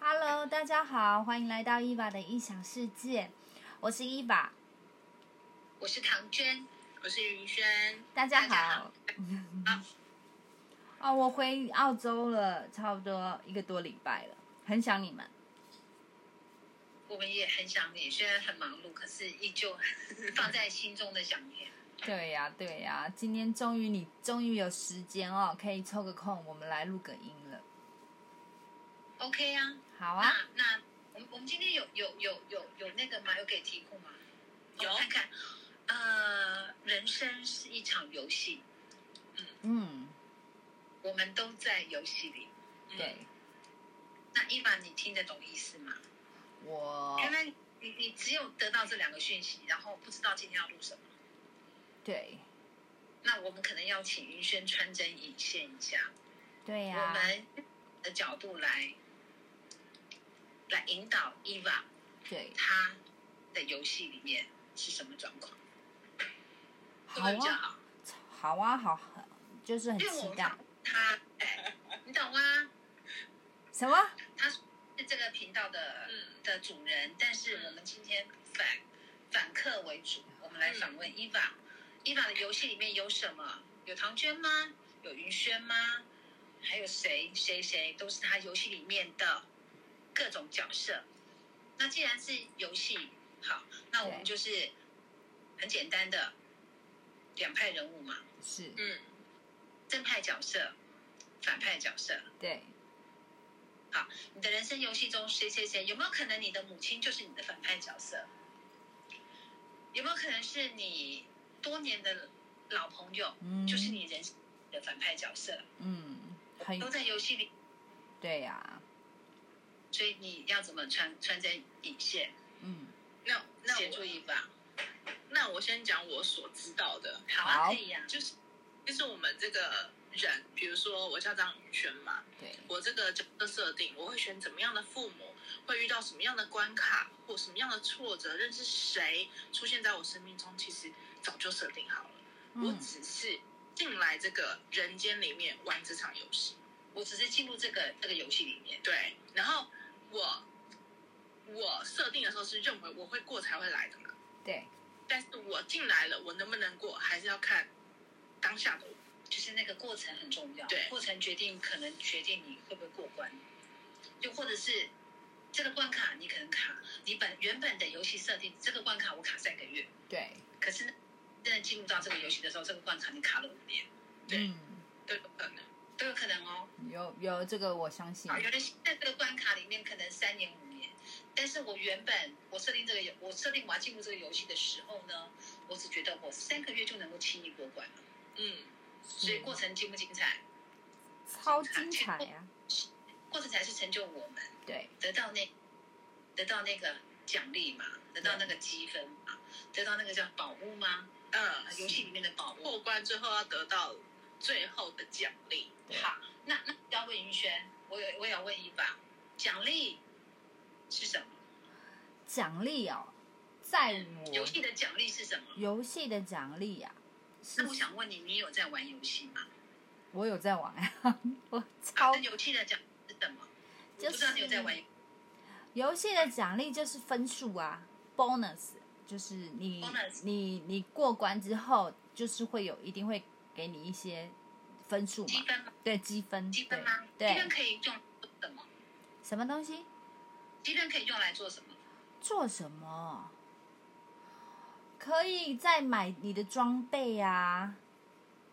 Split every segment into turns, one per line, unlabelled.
Hello，大家好，欢迎来到伊娃的异想世界，我是伊娃。
我是唐娟，
我是云轩，
大家
大家
好
好。啊
好
哦，我回澳洲了，差不多一个多礼拜了，很想你们。
我们也很想你，虽然很忙碌，可是依 旧放在心中的想念。
对呀、对呀、今天终于你终于有时间哦，可以抽个空，我们来录个音了。
OK 啊，
好啊，
那那我们我们今天有有有有有那个吗？有给题库吗？
有
我看看。呃，人生是一场游戏，
嗯，
我们都在游戏里。
对，
那伊凡，你听得懂意思吗？
我
原来你你只有得到这两个讯息，然后不知道今天要录什么。
对
那我们可能要请云轩穿针引线一下，
对呀、
我们的角度来来引导伊娃
对，
她的游戏里面是什么状况，会不
好
会比较
啊，好
好？
啊，好，就是很
因为我
期
们
待
访。她，哎，你懂吗？
什么？
她是这个频道的
嗯，
的主人，但是我们今天反反客为主，我们来访问伊娃。伊娃的游戏里面有什么？有唐娟吗？有云轩吗？还有谁？谁谁都是他游戏里面的各种角色。那既然是游戏，好，那我们
对
就是很简单的两派人物嘛，
是
嗯，
正派角色、反派角色。
对，
你的人生游戏中，谁谁谁有没有可能你的母亲就是你的反派角色？有没有可能是你多年的老朋友，
嗯，
就是你人生的反派角色？
嗯，很
都在游戏里，
对呀、
所以你要怎么穿穿针引线，
嗯，
那那
协助
我
一把？
那我先讲我所知道的，
好
好
啊，可以呀、
就是就是我们这个人，比如说我叫张宇轩嘛，
对，
我这个角色设定，我会选怎么样的父母，会遇到什么样的关卡或什么样的挫折，认识谁出现在我生命中，其实早就设定好了，我
嗯，
只是进来这个人间里面玩这场游戏。
我只是进入这个这个游戏里面。
对，然后我我设定的时候是认为我会过才会来的嘛，
对，
但是我进来了，我能不能过还是要看当下的我。
就是那个过程很重要，
对
过程决定可能决定你会不会过关，又或者是这个关卡你可能卡，你本原本的游戏设定这个关卡我卡三个月，
对，
可是呢真的进入到这个游戏的时候，这个关卡你卡了五年
对
嗯，
都有可能。
都有可能哦。
有有这个我相信
啊，，有的现在这个关卡里面可能三年五年，但是我原本我设定这个游，我设定我要进入这个游戏的时候呢，我只觉得我三个月就能够轻易过关了，
嗯，
所以过程精不精彩，
超精彩呀、
过程才是成就我们。
对，
得到那得到那个奖励嘛，得到那个积分嘛，得到那个叫宝物吗？
呃
啊，，游戏里面的宝物。
过关最后要得到最后的奖励。
对
好，那那要问云轩，我有我也要问一把，奖励是什么？
奖励哦，在
嗯游
我
戏的奖励是什么？
游戏的奖励呀、是
那我想问你，你有在玩游戏吗？
我有在玩啊， 我
好，
超
那游戏的奖励是什么？
就
我不知道你有在玩
是游戏的奖励就是分数啊，bonus，就是你
Bonus
你你过关之后，就是会有一定会给你一些分数
积
嘛，
分吗？
对，积分，
积分吗？
对
积分
对，
可以用做什么？
什么东西？
积分可以用来做什么？
做什么？可以再买你的装备啊，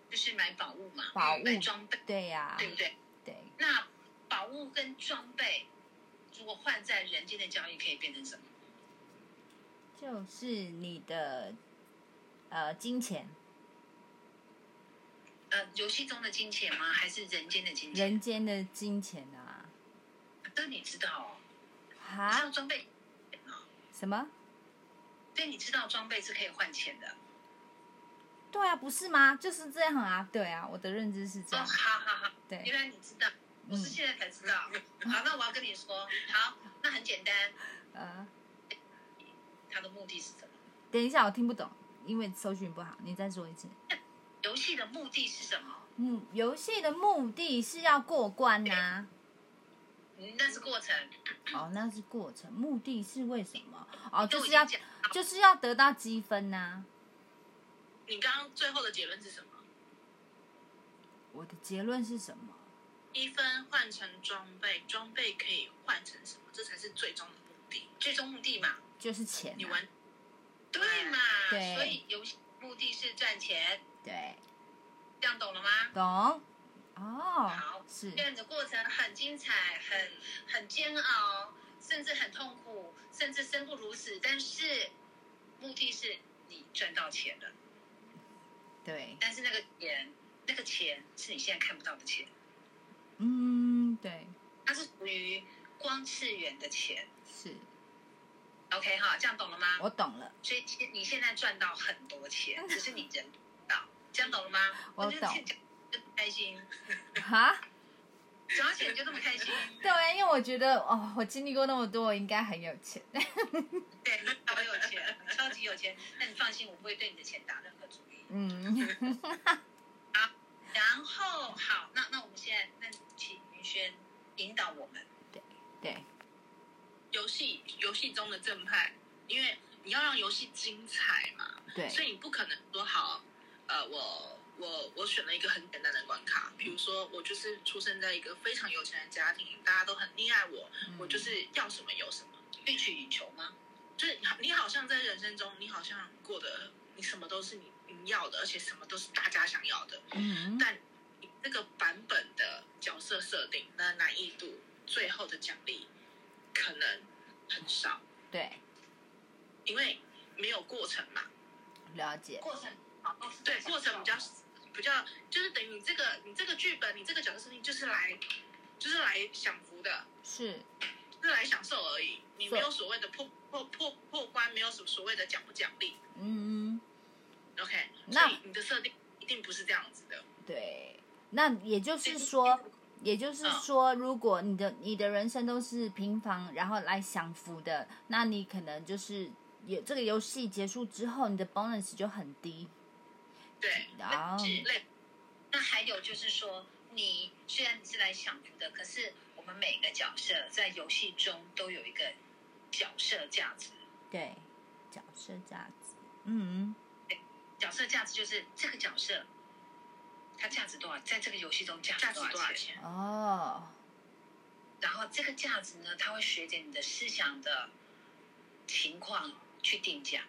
就是买宝物嘛，
宝物啊
买装备，
对呀、
对不对？
对，
那宝物跟装备，如果换在人间的交易，可以变成什么？
就是你的呃金钱，
呃，游戏中的金钱吗？还是人间的金钱？
人间的金钱啊，
这你知道哦，你知
哈
道装备，
什么？
对，你知道装备是可以换钱的。哦
对啊，不是吗？就是这样啊，对啊，我的认知是这
哦，
样，
好好好，
对，嗯
原来你知道，我是现在才知道。好，那我要跟你说，好，那很简单，
呃，
它的目的是什么？
等一下，我听不懂，因为搜寻不好，你再说一次。
游戏的目的是什么？
嗯，游戏的目的是要过关呐、
嗯，那是过程，
哦，那是过程，目的是为什么？哦，就
都已
是
经
要
讲
就是要得到积分呐、
你刚刚最后的结论是什么？
我的结论是什么？
一分换成装备，装备可以换成什么？这才是最终的目的。
最终目的嘛，
就是钱、
你
啊，
玩
对嘛？
对
所以游戏目的是赚钱，
对，
这样懂了吗？
懂？哦
好，
是
这，样的过程很精彩，很很煎熬，甚至很痛苦，甚至生不如死。但是目的是你赚到钱了，
对，
但是那个钱，那个钱是你现在看不到的钱，
嗯，对，
它是属于光次元的钱。
是
OK 哈，这样懂了吗？
我懂了，
所以其实你现在赚到很 多钱，只是你人不知道，这样懂了吗？
我
就
懂
是讲就开心，
哈。
讲到钱就这么 开心，
对啊，因为我觉得哦，我经历过那么多，我应该很有钱。
对，你超有钱，你超级有钱。那你放心，我不会对你的钱打任何主意。
嗯，
然后好，那那我们现在那请云轩引导我们，
对，
游戏，游戏中的正派，因为你要让游戏精彩嘛。
对，
所以你不可能说好，呃，我我我选了一个很简单的关卡，比如说我就是出生在一个非常有钱的家庭，大家都很溺爱我，
嗯
我就是要什么有什么，
欲取予求吗？
就是你好像在人生中，你好像过得你什么都是你你要的，而且什么都是大家想要的，
嗯，
但你那个版本的角色设定、那难易度、最后的奖励可能很少，
对，
因为没有过程嘛。
了解，
过程好，
对，过程比较比较，就是等于你这个你这个剧本，你这个角色设定就是来就是来享福的，
是，
就是来享受而已。你
对
没有所谓的破破破破关，没有所所谓的奖不奖励。
嗯，
OK，
那
所以你的设定一定不是这样子的。
对。那也就是说，也就是
嗯
说，如果你的你的人生都是平凡，然后来享福的，那你可能就是有这个游戏结束之后，你的 bonus 就很低。
对，
然后
是，类
那还有就是说，你虽然你是来享福的，可是我们每个角色在游戏中都有一个角色价值。
对，角色价值，嗯，
角色价值就是这个角色，它价值多少，在这个游戏中价
价
值
值
多
多少
少钱？
钱？
哦，
然后这个价值呢，它会随着你的思想的情况去定价。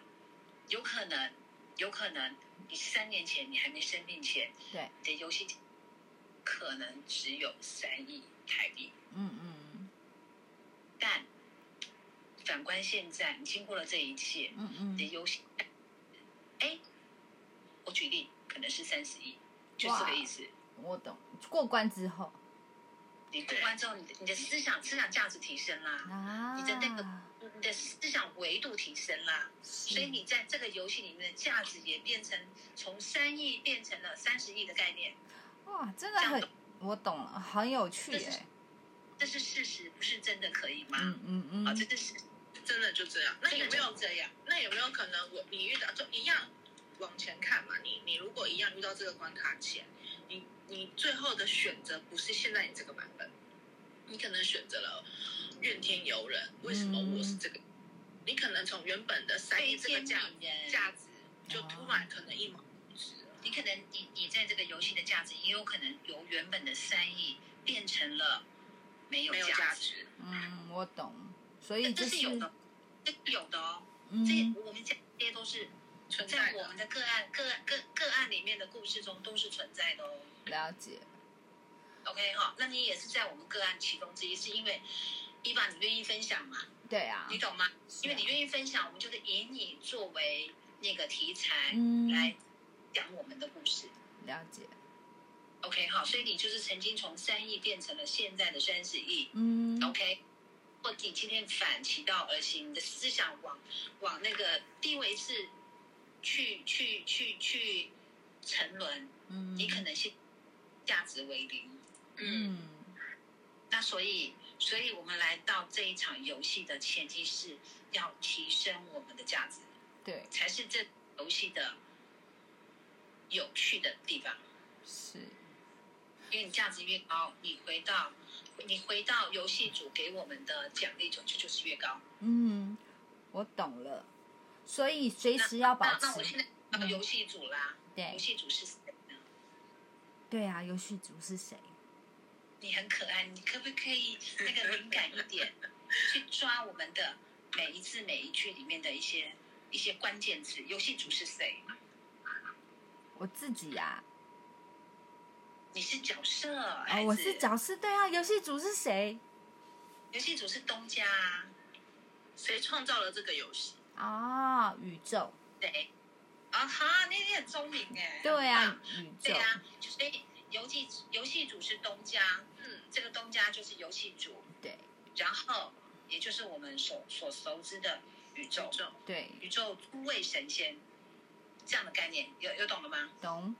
有可能，有可能你三年前你还没生病前，
对
你的游戏可能只有三亿台币，
嗯嗯
但反观现在，你经过了这一切，
嗯
你的
嗯，
游戏，哎，我举例可能是三十亿，就是这
哇
个意思。
嗯我懂。过关之后
你过关之后，你的你的思想思想价值提升啦，
啊，
你的那个你的思想维度提升啦，
所
所以你在这个游戏里面的价值也变成从三亿变成了三十亿的概念，
哇，真的很，我懂了，很有趣
这
耶、
是这是事实，不是真的，可以吗？
嗯嗯嗯，
啊，这是事实
真的就这样？那
真的
有没有
就这样？
那有没有可能我你遇到就一样往前看嘛？你你如果一样遇到这个关卡前，你你最后的选择不是现在你这个版本，你可能选择了怨天尤人，为什么我是这个？你可能从原本的三亿
非
这个
嗯天
价
理人，
价值，就突然可能一毛不值了。
你可能你你在这个游戏的价值也有可能由原本的三亿变成了没有
没有
价
价
值，
值，
嗯，我懂。所以
这
就是
有的，这是有的哦。这
嗯，
我们讲这些都是
存在
在我
的
们的个案、个案个个案里面的故事中都是存在的哦。
了解，
OK 哈，那你也是在我们个案其中之一，是因为伊凡你愿意分享嘛？
对啊，
你懂吗？
是
因为
啊
你愿意分享，我们就是以你作为那个题材
嗯
来讲我们的故事。
了解，
OK 哈，所以你就是曾经从三亿变成了现在的三十亿。
嗯，
OK，或你今天反其道而行，你的思想往往那个低维次去去去去沉沦，
嗯，
你可能是价值为零。
嗯，
嗯，
那所以，所以我们来到这一场游戏的前提是要提升我们的价值，
对，
才是这游戏的有趣的地方。
是，
因为你价值越高，你回到你回到游戏组给我们的奖励就就就是越高。
嗯，我懂了，所以随时要保
那那
持。
我
嗯
现在到游戏组啦，游
对
戏组是谁呢？
对啊，游戏组是谁？
你很可爱，你可不可以那个敏感一点，去抓我们的每一字每一句里面的一些一些关键词？游戏组是谁？
我自己啊呀、
你是角色
啊。
还
哦，我是角色，对啊，游戏组是谁？
游戏组是东家啊，
谁创造了这个游戏？
啊、宇宙。
谁？啊哈，那你很聪明哎。
对啊
啊，，
宇宙
对。啊，所以游戏游戏组是东家，
嗯，
这个东家就是游戏组，
对
然后也就是我们所所熟知的宇宙，
宇宙
对，
宇宙诸位神仙这样的概念，有有懂了吗
懂。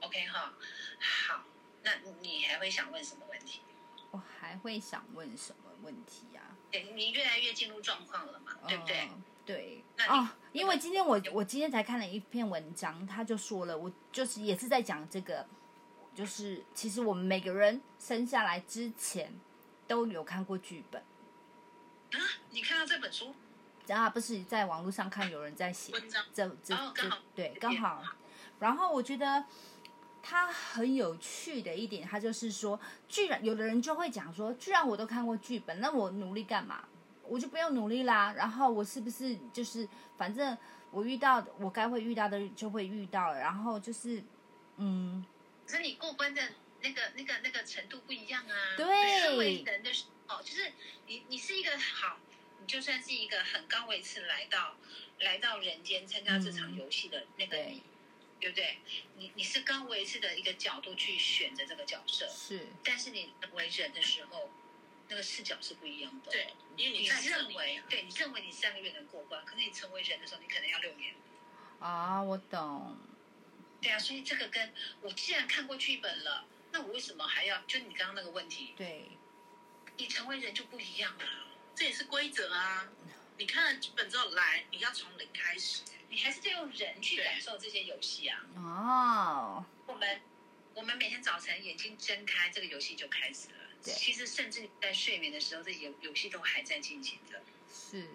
？OK 哈，好，那你还会想问什么问题？
我还会想问什么问题啊呀、
对你越来越进入状况了嘛，对不对？
哦
嗯对。
那你嗯
哦，因为今天我我今天才看了一篇文章，他就说了，我就是也是在讲这个，就是其实我们每个人生下来之前都有看过剧本，
啊，你看到这本书，
然后不是在网络上看有人在写
文章
这这
哦
这
刚好
对刚好，然后我觉得他很有趣的一点，他就是说，居然有的人就会讲说，居然我都看过剧本，那我努力干嘛？我就不用努力啦。然后我是不是就是反正我遇到我该会遇到的就会遇到了，然后就是嗯，
可是你过关的那个、那个、那个程度不一样啊。
对
思维人的时候，就是你，你是一个好，你就算是一个很高位次来到来到人间参加这场
嗯
游戏的那个
对
你，对不对？你你是高维次的一个角度去选择这个角色，
是
但是你成为人的时候，那个视角是不一样的。
对，，因为
你
你在这
认
里
为，对你认为你三个月能过关，可是你成为人的时候，你可能要六年。
啊，我懂，
对啊，所以这个跟我既然看过剧本了，那我为什么还要？就你刚刚那个问题，
对，
你成为人就不一样了，啊
这也是规则啊。你看了剧本之后来，你要从零开始。
你还是得用人去感受这些游戏啊。
哦，
我们我们每天早晨眼睛睁开，这个游戏就开始了。
对
其实甚至在睡眠的时候，这游游戏都还在进行着。
是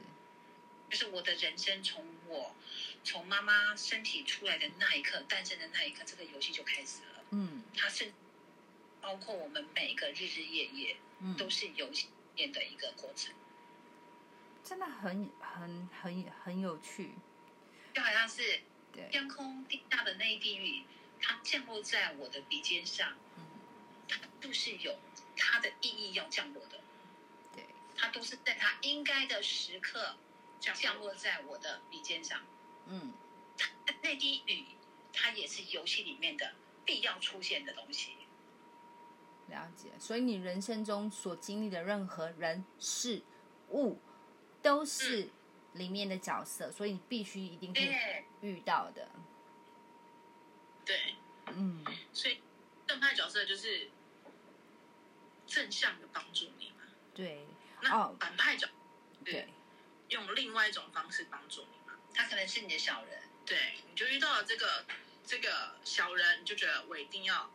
就是我的人生从我从妈妈身体出来的那一刻，诞生的那一刻，这个游戏就开始了。
嗯
它是包括我们每个日日夜夜
嗯，
都是游戏里面的一个过程。
真的很很很很有趣，
就好像是
对，
天空地下的那一滴雨，它降落在我的鼻尖上，
嗯
它就是有它的意义要降落的，
对，
它都是在它应该的时刻降落在我的鼻尖上。
嗯
那滴雨，它也是游戏里面的必要出现的东西。
了解，所以你人生中所经历的任何人事物，都是里面的角色，所以你必须一定会
对，
遇到的。
对，
嗯，
所以正派角色就是正向的帮助你嘛。
对，
那
哦
反派角
对，
用另外一种方式帮助你嘛。
它可能是你的小人。
对，你就遇到了这个这个小人，你就觉得我一定要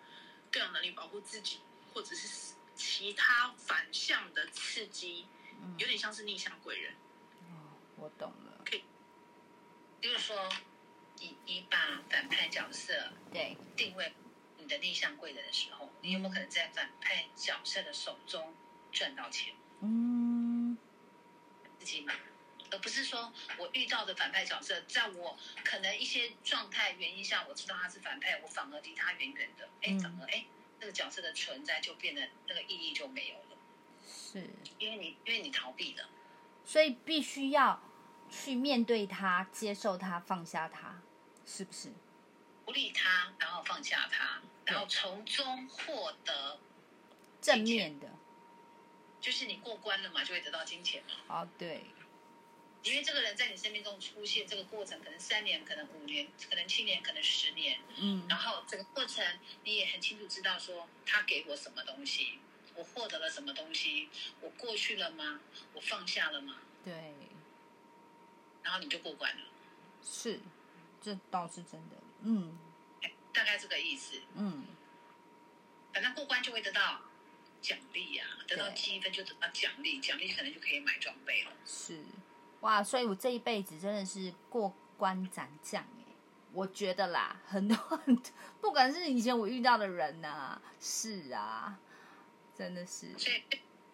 更有能力保护自己，或者是其他反向的刺激，
嗯
有，点像是逆向贵人。
哦我懂了。
比如说，你你把反派角色
对，
定位你的逆向贵人的时候，你有没有可能在反派角色的手中赚到钱？
嗯，
自己买，而不是说我遇到的反派角色，在我可能一些状态原因下，我知道他是反派，我反而离他远远的，哎，
嗯
反而哎，这个角色的存在就变得那个意义就没有了，
是，
因为你因为你逃避了，
所以必须要去面对它，接受它，放下它，是不是？
不理他，然后放下他，
对
然后从中获得，
正面的。
就是你过关了嘛，就会得到金钱嘛。
哦，对，
因为这个人在你生命中出现，这个过程可能三年，可能五年，可能七年，可能十年，
嗯
然后整个过程你也很清楚知道说他给我什么东西，我获得了什么东西，我过去了吗？我放下了吗？
对，
然后你就过关了，
是，这倒是真的。嗯
大概这个意思。
嗯，
反正过关就会得到奖励啊，得到
对
积分就得到奖励，奖励可能就可以买装备了。
是，哇，所以我这一辈子真的是过关斩将哎，我觉得啦，很多很多，不管是以前我遇到的人呐、是啊，真的是，
所以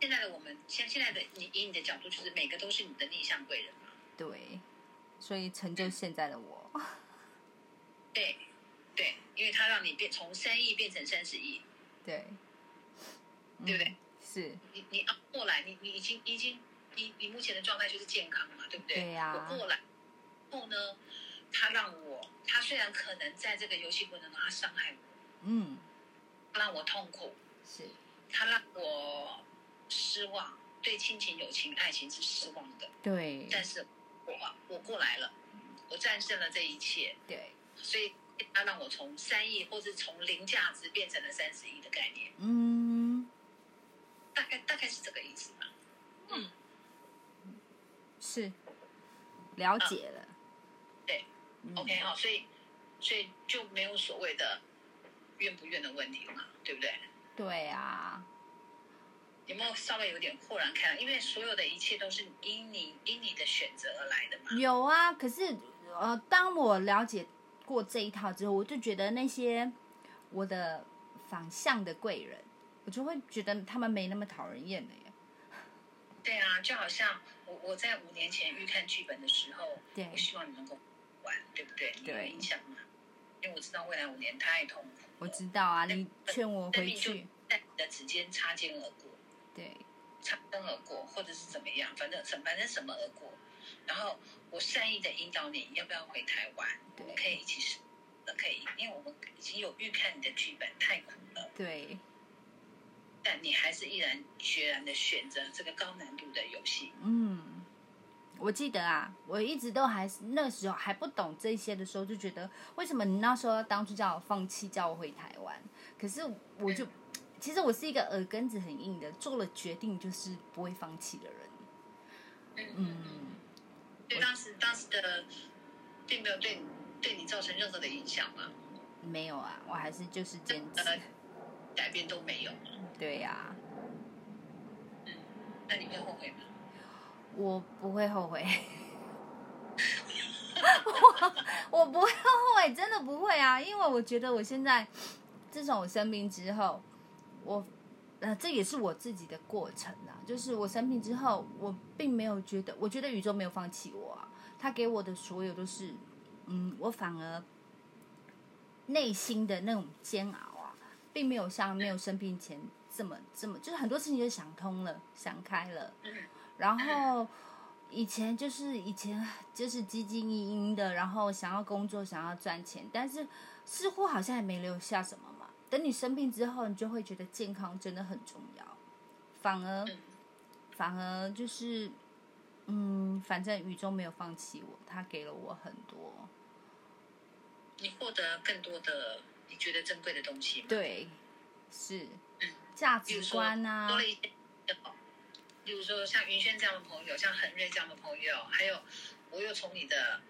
现在的我们，现现在的你以你的角度，就是每个都是你的逆向贵人嘛。
对，所以成就现在的我，
对，对，因为它让你变从三亿变成三十亿，
对，
对不对
嗯？是，
你你熬过来，你你已经已经你你目前的状态就是健康嘛，对不对？
对呀
我过来后呢，他让我，他虽然可能在这个游戏过程中他伤害我，
嗯，
他让我痛苦，
是，
他让我失望，对亲情、友情、爱情是失望的。
对，
但是我我过来了，我战胜了这一切，
对，
所以他让我从三亿或是从零价值变成了三十亿的概念，
嗯。
大概大概是这个意思吧。
是，了解了。
嗯对
嗯
OK 好，所以所以就没有所谓的怨不怨的问题了嘛，对不对？
对啊，
有没有稍微有点豁然开朗？因为所有的一切都是因你因你的选择而来的嘛。
有啊。可是呃，当我了解过这一套之后，我就觉得那些我的反向的贵人，我就会觉得他们没那么讨人厌了耶。
对啊，就好像我我在五年前预看剧本的时候，
对
我，希望你能够玩，对不对？你有
对
印象吗？因为我知道未来五年太痛苦了，
我知道啊，你劝我回去，
在你的指尖擦肩而过，
对，
擦身而过，或者是怎么样，反正什反正什么而过。然后我善意的引导你，要不要回台湾？我们
对
可以一起试，呃可以，因为我们已经有预看你的剧本，太苦了，
对，
但你还是毅然决然的选择这个高难度的游戏。
嗯，我记得啊，我一直都还是那时候还不懂这些的时候，就觉得为什么你那时候当初叫我放弃，叫我回台湾？可是我就，其实我是一个耳根子很硬的，做了决定就是不会放弃的人。
嗯
嗯，
对，当时当时的并没有对你对你造成任何的影响嘛，
没有啊，我还是就是坚
任何
持。
的改变都没有。
对啊呀、
嗯，那你会后悔吗？
我不会后悔。 我我不会后悔，真的不会啊，因为我觉得我现在自从我生病之后，我呃这也是我自己的过程啊，就是我生病之后，我并没有觉得，我觉得宇宙没有放弃我啊，他给我的所有都是，嗯，我反而内心的那种煎熬啊，并没有像没有生病前这么这么，就是很多事情就想通了，想开了。然后以前就是以前就是汲汲营营的，然后想要工作，想要赚钱，但是似乎好像也没留下什么嘛。等你生病之后，你就会觉得健康真的很重要，反而
嗯
反而就是嗯，反正宇宙没有放弃我，他给了我很多。
你获得更多的你觉得珍贵的东西吗？，
对，是价
嗯比如
值
说
观啊
多，了一些朋友，比如说像云轩这样的朋友，像恒瑞这样的朋友，还有我又从你的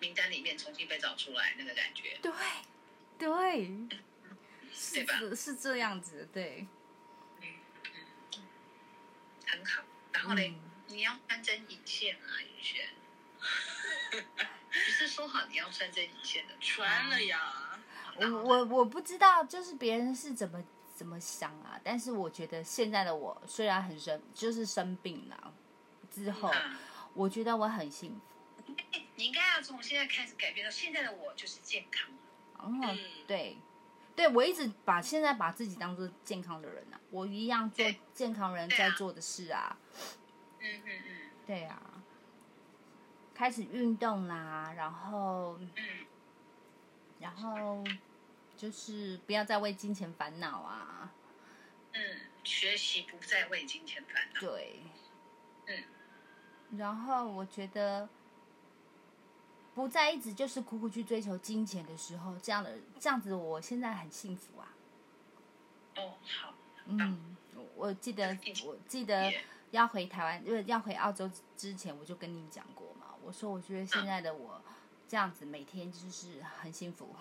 名单里面重新被找出来，那个感觉，
对对，是
嗯对吧
这是这样子的，对，
很好。然后
嗯
嘞，你要穿针引线啊，云轩。不是说好你要穿针引线的，
穿了呀，
我嗯我我不知道，就是别人是怎么怎么想啊。但是我觉得现在的我虽然很生，就是生病了之后，
嗯
我觉得我很幸福。
你应该要从现在开始改变到现在的我就是健康了。
嗯，
嗯
对，对我一直把现在把自己当做健康的人啊，我一样做
对
健康人
对啊
在做的事啊。
嗯嗯嗯
对啊，开始运动啦，然后
嗯，
然后就是不要再为金钱烦恼啊。
嗯，学习不再为金钱烦恼。
对，
嗯，
然后我觉得不再一直就是苦苦去追求金钱的时候，这样的这样子，我现在很幸福啊。
哦，好，
嗯，我我记得
这个
我记得
也
要回台湾，因为要回澳洲之前，我就跟你讲过嘛，我说我觉得现在的我这样子每天就是很幸福。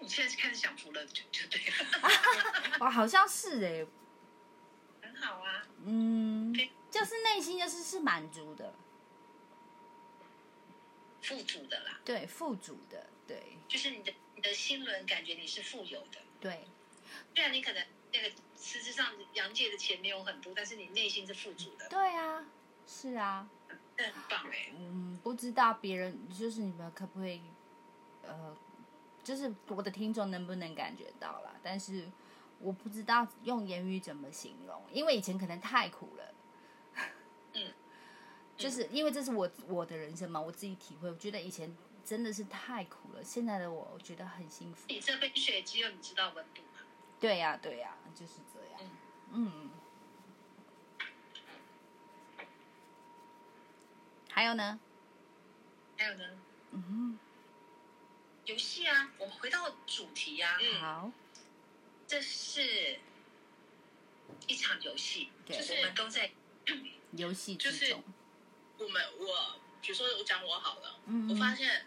你现在是开始享福了，就就对了，
哇，好像是哎、
很好啊。
嗯，就是内心就是是满足的，
富足的啦，
对，富足的，对
就是你的你的心轮感觉你是富有的，
对
虽然你可能那个实质上阳界的钱没有很多，但是你内心是富足的，
对啊，是啊，
这很棒哎、
嗯，不知道别人就是你们可不可以，呃，就是我的听众能不能感觉到啦？但是我不知道用言语怎么形容，因为以前可能太苦了。
嗯，
就是因为这是我我的人生嘛，我自己体会，我觉得以前真的是太苦了，现在的我我觉得很幸福。
你这杯水只有你知道温度嘛？
对呀、对呀、就是这样。嗯。还有呢？
还有呢，
嗯，
游戏啊，我们回到主题呀、
嗯
好，
这是一场游戏，
对
就是我们都在
游戏
就
之
是
中，
我们我，比如说我讲我好了，
嗯
我发现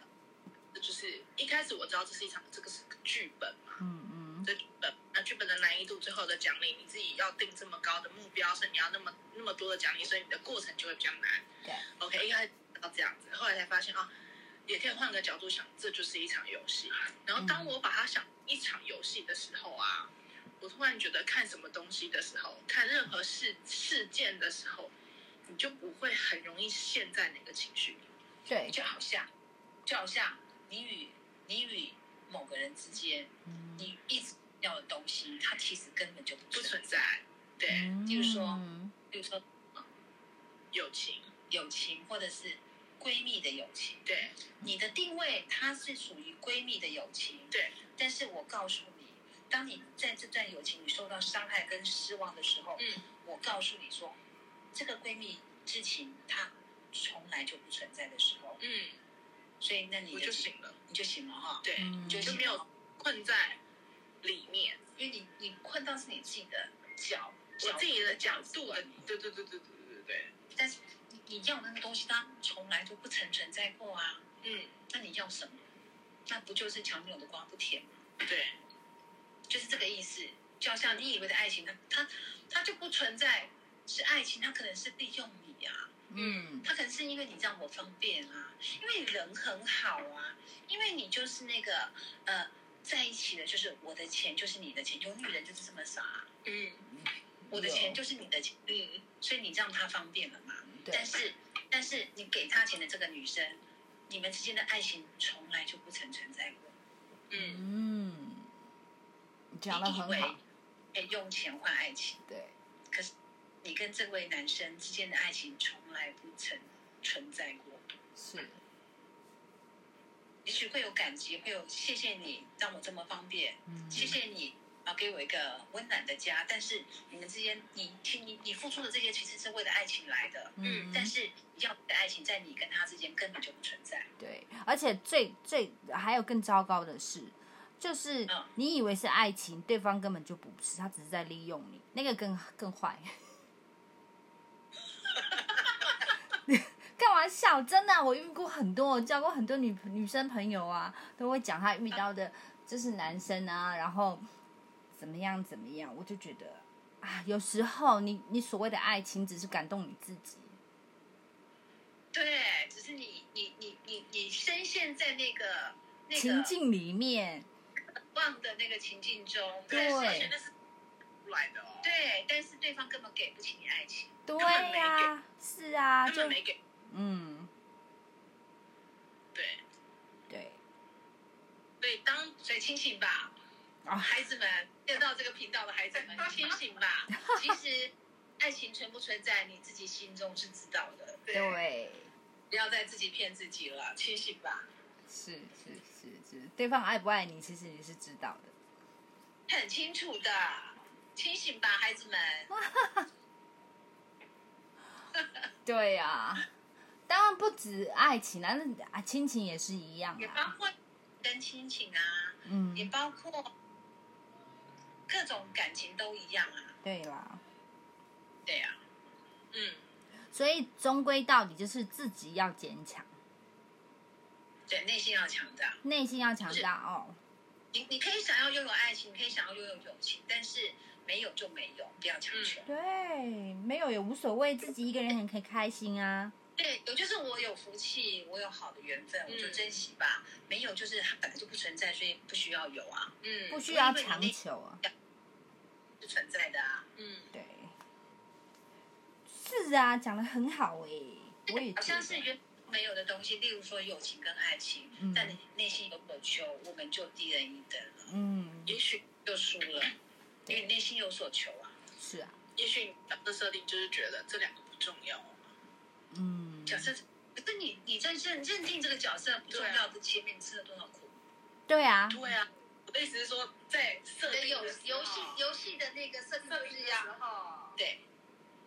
就是一开始我知道这是一场这个是个剧本嘛，
嗯嗯，
这剧本啊剧本的难易度最后的奖励，你自己要定这么高的目标，所以你要那么那么多的奖励，所以你的过程就会比较难。
对
，OK，一开始到这样子，后来才发现啊，也可以换个角度想，这就是一场游戏。然后当我把它想一场游戏的时候啊，我突然觉得看什么东西的时候，看任何事事件的时候，你就不会很容易陷在哪个情绪里。
对，
就好像，就好像你与你与某个人之间，
嗯
你一直要的东西，它其实根本就不
不
存
存
在。
在，对，
嗯
就是说比如说
友情，
友情，或者是闺蜜的友情，
对
你的定位它是属于闺蜜的友情。
对，
但是我告诉你，当你在这段友情里受到伤害跟失望的时候，
嗯，
我告诉你说，这个闺蜜之情它从来就不存在的时候，
嗯，
所以那你
我
的
就醒了，
你就醒了哈，
对，
嗯
你就
就
醒
没有
了
困在里面，
因为你你困到是你自己的脚，
我自己的角度的
的，，
对对对对对对对，
但是你你要的那个东西，它从来就不曾存在过啊。
嗯，
那你要什么？那不就是强扭的瓜不甜吗？
对，
就是这个意思。就好像你以为的爱情，它它它就不存在是爱情，它可能是利用你啊，
嗯
它可能是因为你让我方便啊，因为你人很好啊，因为你就是那个呃在一起的，就是我的钱就是你的钱，有女人就是这么傻啊、
嗯
我的钱就是你的钱，
嗯
所以你让他方便了嘛。
对
但，是，但是你给他钱的这个女生，你们之间的爱情从来就不曾存在过。
嗯，
嗯，讲的
你以
很好
为，可以用钱换爱情，
对，
可是你跟这位男生之间的爱情从来不曾存在过。
是，
也许会有感激，会有谢谢你让我这么方便，
嗯，
谢谢你啊给我一个温暖的家。但是你们之间，你听你你付出的这些其实是为了爱情来的，
嗯，
但是你要的爱情在你跟他之间根本就不存在。
对，而且最最还有更糟糕的是，就是
嗯
你以为是爱情，对方根本就不是，他只是在利用你，那个更更坏。 干嘛笑？真的啊、我遇过很多，我交过很多女女生朋友啊，都会讲她遇到的就是男生啊，然后怎么样怎么样，我就觉得啊，有时候你你所谓的爱情只是感动你自己，
对，只是你你你你你深陷在那个那
情
个
境里面，
望的那个情境中，
对
但
而
是
且那是出来的哦，
对，但是对方根本给不起你爱情，
对
本没
呀、是啊，
根
就
本没给，
嗯，
对，
对，
所以当
所以清醒吧，
啊
孩子们，见到这个频道的孩子们，清醒 吧。其实爱情存不存在，你自己心中是知道的，
对，
不要再自己骗自己了，清醒吧。
是是是是，对方爱不爱你，其实你是知道的。
很清楚的，清醒吧，孩子们。
对呀、当然不止爱情啦，那啊亲情也是一样
也包
啊。
括跟亲情啊，
嗯，
也包括各种感情都一样啊。
对啦，
对啊，
嗯，
所以终归到底就是自己要坚强，
对，内心要强大。
内心要强大哦。
你你可以想要拥有爱情，你可以想要拥有友情，但是没有就没有，不要强求。
嗯对，没有也无所谓，自己一个人很开开心啊。
对，有就是我有福气，我有好的缘分，我就
嗯
珍惜吧。没有就是它本来就不存在，所以不需要有啊，
嗯
不需要强求啊。
是存在的啊。
嗯，
对，是啊，讲的很好哎、我也觉
好像是
得。
原本没有的东西，例如说友情跟爱情，
嗯
在你内心有所求，我们就低人一等了，
嗯，
也许就输了，因为你内心有所求啊。
是啊，
也许你当时设定就是觉得这两个不重要，
嗯，
角色，可是你你在认认定这个角色不重要的前面，你吃了多少苦？
对啊，
对啊，我的意思是说在设定
有
的时候
游戏游戏的那个设定
设
就
定
是
的
要
时候，
哦对，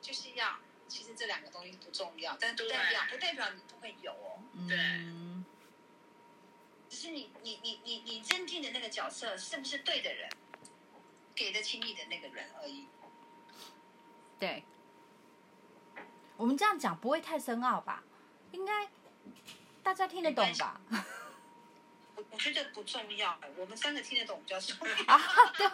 就是要。其实这两个东西不重要，但不
对
代表不代表你不会有哦。
嗯，
对
只是你你你你你认定的那个角色是不是对的人，给得起你的那个人而已。
对。我们这样讲不会太深奥吧？应该大家听得懂吧？
我我觉得不重要，我们三个听得懂比较重要。
啊，对，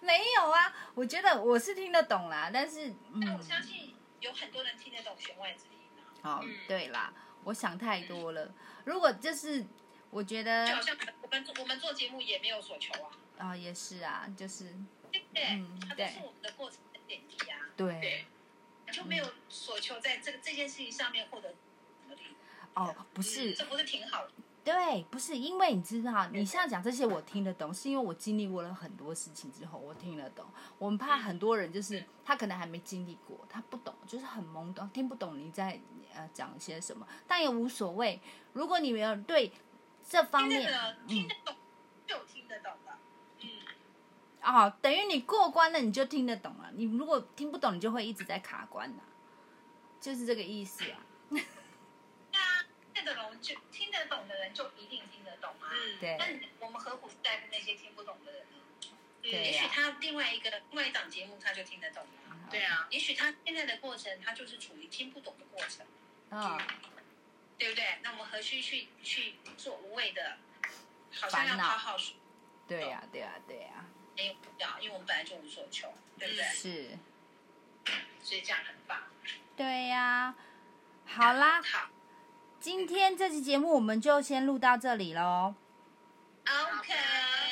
没有啊，我觉得我是听得懂啦，但是
但我
嗯，
相信有很多人听得懂弦外之音啊，
好
嗯，
对啦，我想太多了。如果就是我觉得
就好像我们我们做节目也没有所求啊，
啊、也是啊，就是
对不对？
嗯
它都
对
是我们的过程跟点滴啊，
对
对，
就没有所求在这个这件事情上面获得什么利益，
哦，不是
这不是挺好的？
对，不是因为你知道，你现在讲这些我听得懂，是因为我经历过了很多事情之后，我听得懂。我们
嗯
怕很多人就是他可能还没经历过，他不懂，就是很懵懂，听不懂你在呃讲些什么，但也无所谓。如果你没有对这方
听得
面嗯
懂，听得懂，就听得懂的。
嗯，
哦，等于你过关了，你就听得懂了。你如果听不懂，你就会一直在卡关呐、就是这个意思啊。
那听得懂就听得懂的人就一定听得懂啊。
嗯，
对
那你我们何苦在乎那些听不懂的人呢？
对
嗯
啊
也
呀
许他另外一个另外一档节目他就听得懂了啊。
对啊，
也许他现在的过程，他就是处于听不懂的过程，
啊、
对不对？那我们何须去去做无谓的，好像要
烦恼
讨好说
对呀、对呀、对啊呀、
没有必要，因为我们本来就无所求，对不对？
是，
所以这样很棒。
对呀、好啦，
好
今天这期节目我们就先录到这里喽。
，OK，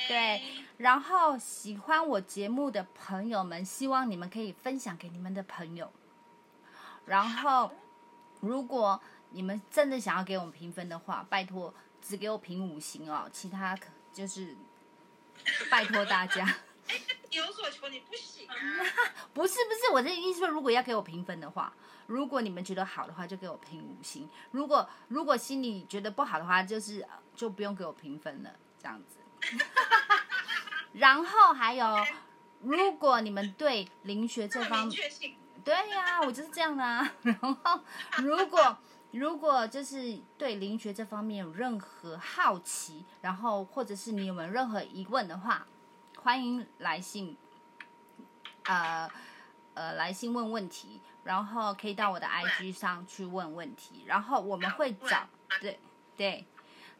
对，然后喜欢我节目的朋友们，希望你们可以分享给你们的朋友。然后，如果你们真的想要给我们评分的话，拜托只给我评五星哦，其他可就是拜托大家。
有所求你不行啊，
嗯不是不是，我的意思说，如果要给我评分的话，如果你们觉得好的话，就给我评五星；如果如果心里觉得不好的话，就是呃就不用给我评分了，这样子。然后还有，如果你们对灵学这
这么
方
明确性，
对呀、我就是这样的啊。 然后，如果如果就是对灵学这方面有任何好奇，然后或者是你有没有任何疑问的话，欢迎来信，呃呃，来信问问题，然后可以到我的 IG 上去问问题，然后我们会找对对，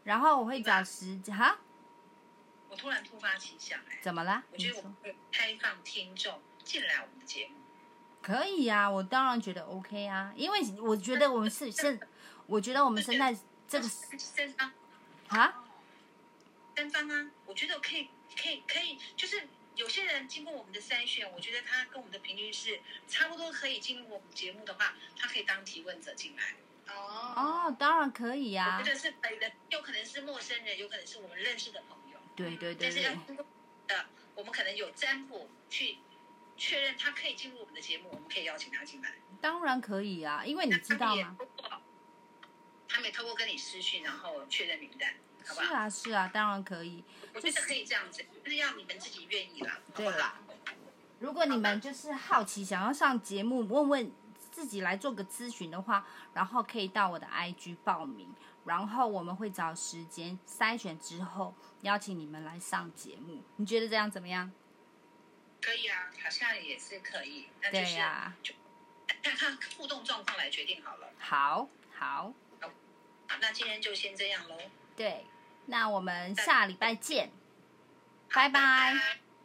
然后我会找时间哈，
我突然突发奇想，哎，
怎么啦？
我
你
觉得
说
我们会开放听众进来我们的节目。
可以啊，我当然觉得 OK 啊，因为我觉得我们是现，我觉得我们现在这个
是三张
啊，
三张啊，我觉得可以，可以，可以，就是有些人经过我们的筛选，我觉得他跟我们的频率是差不多，可以进入我们节目的话，他可以当提问者进来。
哦，
哦，当然可以呀、
我觉得是可以的，有可能是陌生人，有可能是我们认识的朋友，
对对对
但是要
对，
经过的，我们可能有占卜去确认他可以进入我们的节目，我们可以邀请他进来。
当然可以啊，因为你知道吗？？
他们也透过跟你私讯，然后确认名单，好不
是
好？
啊是啊，当然可以。
我觉得可以这样子，就是要你们自己愿意啦，好不
对
好
啦？如果你们就是好奇，想要上节目问问自己来做个咨询的话，然后可以到我的 IG 报名，然后我们会找时间筛选之后邀请你们来上节目。你觉得这样怎么样？
可以啊，好像也是可以，那就
对
是
呀、
看看互动状况来决定好了。
好好，
好，那今天就先这样喽。
对，那我们下礼拜见。拜
拜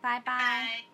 拜拜拜。
拜